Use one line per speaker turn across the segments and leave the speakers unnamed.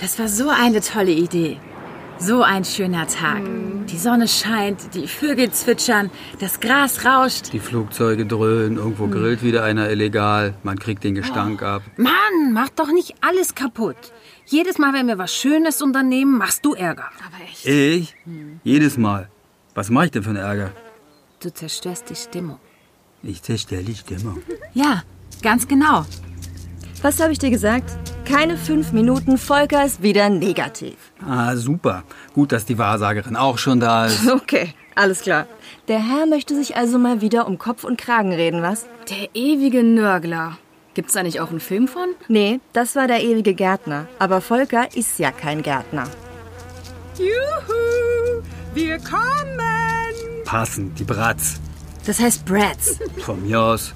Das war so eine tolle Idee. So ein schöner Tag.
Mhm.
Die Sonne scheint, die Vögel zwitschern, das Gras rauscht.
Die Flugzeuge dröhnen, irgendwo grillt wieder einer illegal, man kriegt den Gestank ab.
Mann, mach doch nicht alles kaputt. Jedes Mal, wenn wir was Schönes unternehmen, machst du Ärger.
Aber echt.
Ich? Jedes Mal. Was mache ich denn für einen Ärger?
Du zerstörst die Stimmung.
Ich zerstelle die Stimmung.
Ja, ganz genau.
Was habe ich dir gesagt? Keine fünf Minuten, Volker ist wieder negativ.
Ah, super. Gut, dass die Wahrsagerin auch schon da ist.
Okay, alles klar. Der Herr möchte sich also mal wieder um Kopf und Kragen reden, was?
Der ewige Nörgler. Gibt's da nicht auch einen Film von?
Nee, das war der ewige Gärtner. Aber Volker ist ja kein Gärtner.
Juhu, wir kommen!
Passend, die Bratz.
Das heißt Brads.
Von mir aus.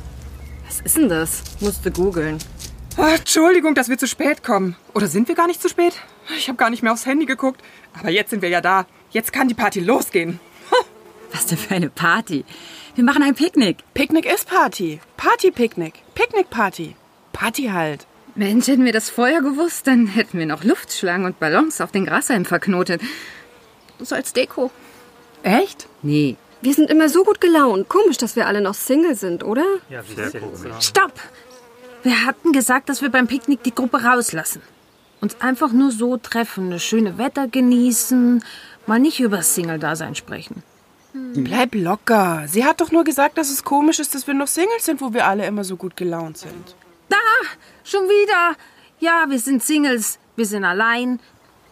Was ist denn das?
Musste googeln.
Ah, Entschuldigung, dass wir zu spät kommen. Oder sind wir gar nicht zu spät? Ich habe gar nicht mehr aufs Handy geguckt. Aber jetzt sind wir ja da. Jetzt kann die Party losgehen.
Was denn für eine Party. Wir machen ein Picknick.
Picknick ist Party. Party-Picknick. Picknick-Party. Party halt.
Mensch, hätten wir das vorher gewusst, dann hätten wir noch Luftschlangen und Ballons auf den Grashalm verknotet. So als Deko.
Echt?
Nee.
Wir sind immer so gut gelaunt. Komisch, dass wir alle noch Single sind, oder?
Stopp! Wir hatten gesagt, dass wir beim Picknick die Gruppe rauslassen. Uns einfach nur so treffen, das schöne Wetter genießen, mal nicht über Single-Dasein sprechen.
Mhm.
Bleib locker. Sie hat doch nur gesagt, dass es komisch ist, dass wir noch Singles sind, wo wir alle immer so gut gelaunt sind.
Da! Schon wieder! Ja, wir sind Singles, wir sind allein,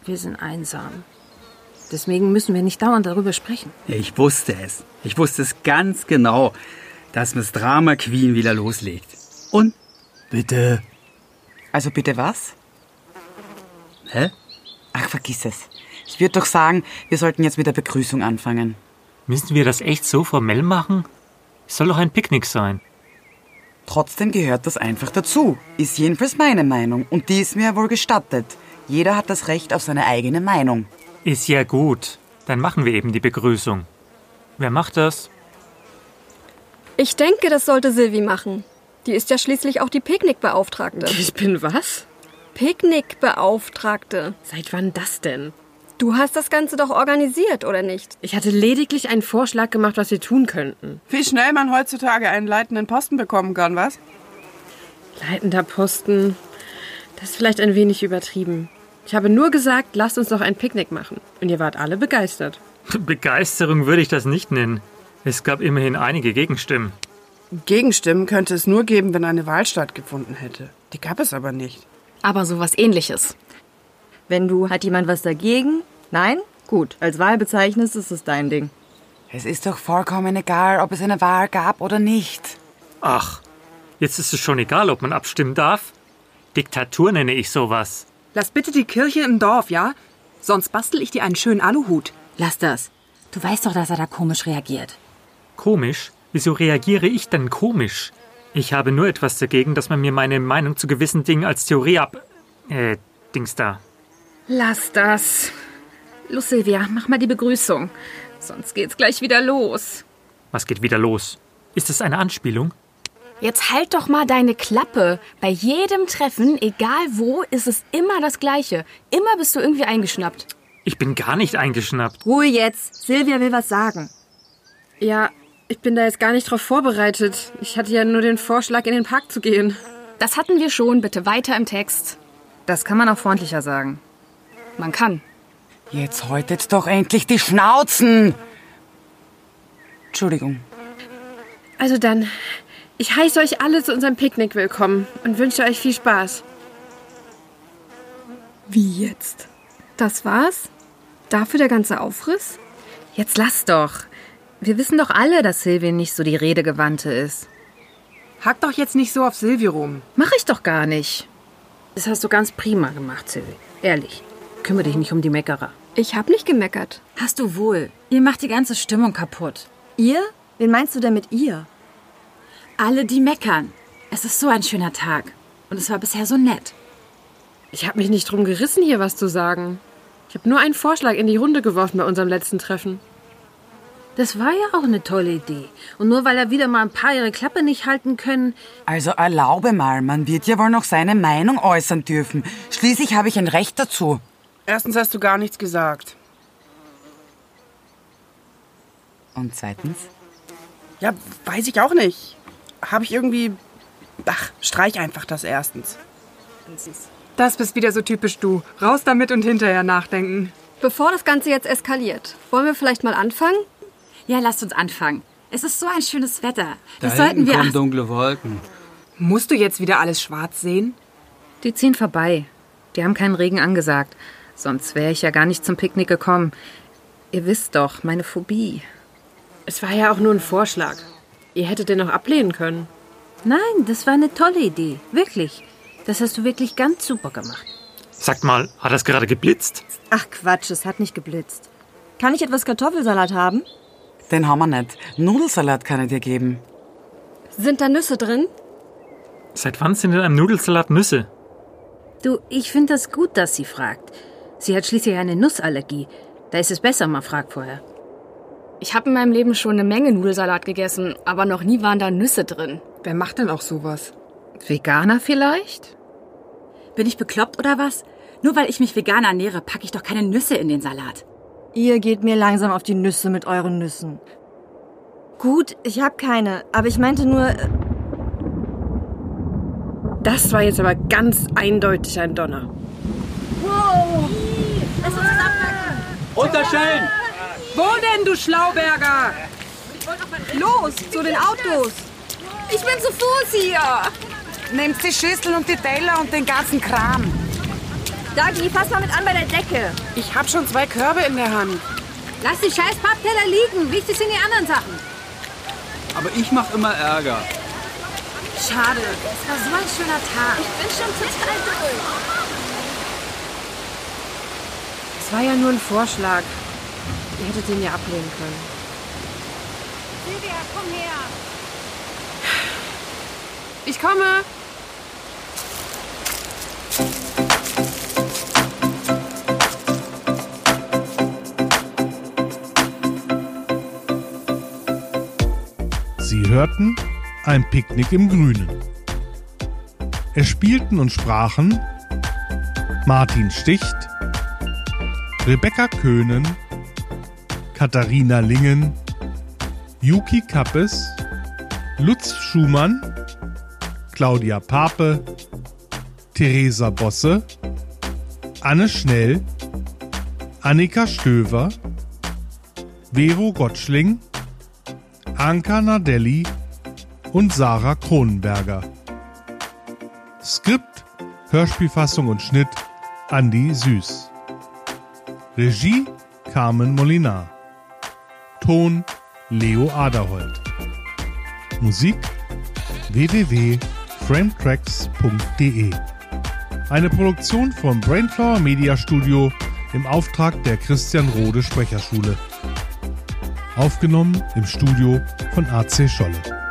wir sind einsam. Deswegen müssen wir nicht dauernd darüber sprechen.
Ich wusste es. Ich wusste es ganz genau, dass Miss Drama Queen wieder loslegt. Und? Bitte.
Also bitte was?
Hä?
Ach, vergiss es. Ich würde doch sagen, wir sollten jetzt mit der Begrüßung anfangen.
Müssen wir das echt so formell machen? Es soll doch ein Picknick sein.
Trotzdem gehört das einfach dazu. Ist jedenfalls meine Meinung und die ist mir wohl gestattet. Jeder hat das Recht auf seine eigene Meinung.
Ist ja gut. Dann machen wir eben die Begrüßung. Wer macht das?
Ich denke, das sollte Silvi machen. Die ist ja schließlich auch die Picknickbeauftragte.
Ich bin was?
Picknickbeauftragte.
Seit wann das denn?
Du hast das Ganze doch organisiert, oder nicht?
Ich hatte lediglich einen Vorschlag gemacht, was wir tun könnten.
Wie schnell man heutzutage einen leitenden Posten bekommen kann, was?
Leitender Posten. Das ist vielleicht ein wenig übertrieben. Ich habe nur gesagt, lasst uns doch ein Picknick machen. Und ihr wart alle begeistert.
Begeisterung würde ich das nicht nennen. Es gab immerhin einige Gegenstimmen.
Gegenstimmen könnte es nur geben, wenn eine Wahl stattgefunden hätte. Die gab es aber nicht.
Aber sowas ähnliches.
Wenn du, hat jemand was dagegen? Nein? Gut, als Wahl bezeichnest, ist es dein Ding.
Es ist doch vollkommen egal, ob es eine Wahl gab oder nicht.
Ach, jetzt ist es schon egal, ob man abstimmen darf. Diktatur nenne ich sowas.
Lass bitte die Kirche im Dorf, ja? Sonst bastel ich dir einen schönen Aluhut.
Lass das. Du weißt doch, dass er da komisch reagiert.
Komisch? Wieso reagiere ich dann komisch? Ich habe nur etwas dagegen, dass man mir meine Meinung zu gewissen Dingen als Theorie ab... Äh, Dings da.
Lass das. Los, Silvia, mach mal die Begrüßung. Sonst geht's gleich wieder los.
Was geht wieder los? Ist das eine Anspielung?
Jetzt halt doch mal deine Klappe. Bei jedem Treffen, egal wo, ist es immer das Gleiche. Immer bist du irgendwie eingeschnappt.
Ich bin gar nicht eingeschnappt.
Ruhe jetzt. Silvia will was sagen.
Ja, ich bin da jetzt gar nicht drauf vorbereitet. Ich hatte ja nur den Vorschlag, in den Park zu gehen.
Das hatten wir schon. Bitte weiter im Text.
Das kann man auch freundlicher sagen.
Man kann.
Jetzt häutet doch endlich die Schnauzen! Entschuldigung.
Also dann, ich heiße euch alle zu unserem Picknick willkommen und wünsche euch viel Spaß.
Wie jetzt? Das war's? Dafür der ganze Aufriss?
Jetzt lass doch. Wir wissen doch alle, dass Silvia nicht so die Redegewandte ist.
Hack doch jetzt nicht so auf Silvi rum.
Mach ich doch gar nicht. Das hast du ganz prima gemacht, Silvi. Ehrlich. Kümmere dich nicht um die Meckerer.
Ich hab nicht gemeckert.
Hast du wohl. Ihr macht die ganze Stimmung kaputt.
Ihr? Wen meinst du denn mit ihr?
Alle, die meckern. Es ist so ein schöner Tag. Und es war bisher so nett.
Ich habe mich nicht drum gerissen, hier was zu sagen. Ich habe nur einen Vorschlag in die Runde geworfen bei unserem letzten Treffen.
Das war ja auch eine tolle Idee. Und nur weil er wieder mal ein paar ihre Klappe nicht halten können,
Also erlaube mal, man wird ja wohl noch seine Meinung äußern dürfen. Schließlich habe ich ein Recht dazu.
Erstens hast du gar nichts gesagt.
Und zweitens?
Ja, weiß ich auch nicht. Habe ich irgendwie. Ach, streich einfach das erstens.
Das bist wieder so typisch du. Raus damit und hinterher nachdenken.
Bevor das Ganze jetzt eskaliert, wollen wir vielleicht mal anfangen?
Ja, lasst uns anfangen. Es ist so ein schönes Wetter.
da hinten kommen dunkle Wolken.
Musst du jetzt wieder alles schwarz sehen?
Die ziehen vorbei. Die haben keinen Regen angesagt. Sonst wäre ich ja gar nicht zum Picknick gekommen. Ihr wisst doch, meine Phobie.
Es war ja auch nur ein Vorschlag. Ihr hättet den auch ablehnen können.
Nein, das war eine tolle Idee. Wirklich. Das hast du wirklich ganz super gemacht.
Sagt mal, hat das gerade geblitzt?
Ach Quatsch, es hat nicht geblitzt. Kann ich etwas Kartoffelsalat haben?
Den haben wir nicht. Nudelsalat kann ich dir geben.
Sind da Nüsse drin?
Seit wann sind in einem Nudelsalat Nüsse?
Du, ich finde das gut, dass sie fragt. Sie hat schließlich eine Nussallergie. Da ist es besser, man fragt vorher.
Ich habe in meinem Leben schon eine Menge Nudelsalat gegessen, aber noch nie waren da Nüsse drin.
Wer macht denn auch sowas?
Veganer vielleicht?
Bin ich bekloppt oder was? Nur weil ich mich vegan ernähre, packe ich doch keine Nüsse in den Salat.
Ihr geht mir langsam auf die Nüsse mit euren Nüssen.
Gut, ich habe keine, aber ich meinte nur. äh,
Das war jetzt aber ganz eindeutig ein Donner.
Wow! Lass uns
Unterschellen!
Wo denn, du Schlauberger?
Los, zu den Autos! Ich bin zu Fuß hier!
Nehmt die Schüsseln und die Teller und den ganzen Kram.
Dagi, pass mal mit an bei der Decke.
Ich hab schon zwei Körbe in der Hand.
Lass die scheiß Pappteller liegen. Wichtig sind die anderen Sachen.
Aber ich mache immer Ärger.
Schade. Es war so ein schöner Tag. Ich bin schon total durch.
Es war ja nur ein Vorschlag. Ihr hättet den ja ablehnen können.
Silvia, komm her.
Ich komme!
Sie hörten Ein Picknick im Grünen. Es spielten und sprachen Martin Sticht, Rebecca Köhnen, Katharina Lingen, Yuki Kappes, Lutz Schumann, Claudia Pape, Theresa Bosse, Anne Schnell, Annika Stöver, Vero Gottschling, Anka Nadelli und Sarah Kronenberger. Skript, Hörspielfassung und Schnitt Andi Süß. Regie Carmen Molinar. Ton Leo Aderholt. Musik www.frametracks.de. Eine Produktion von Brainflower Media Studio im Auftrag der Christian Rode Sprecherschule aufgenommen im Studio von AC Scholle.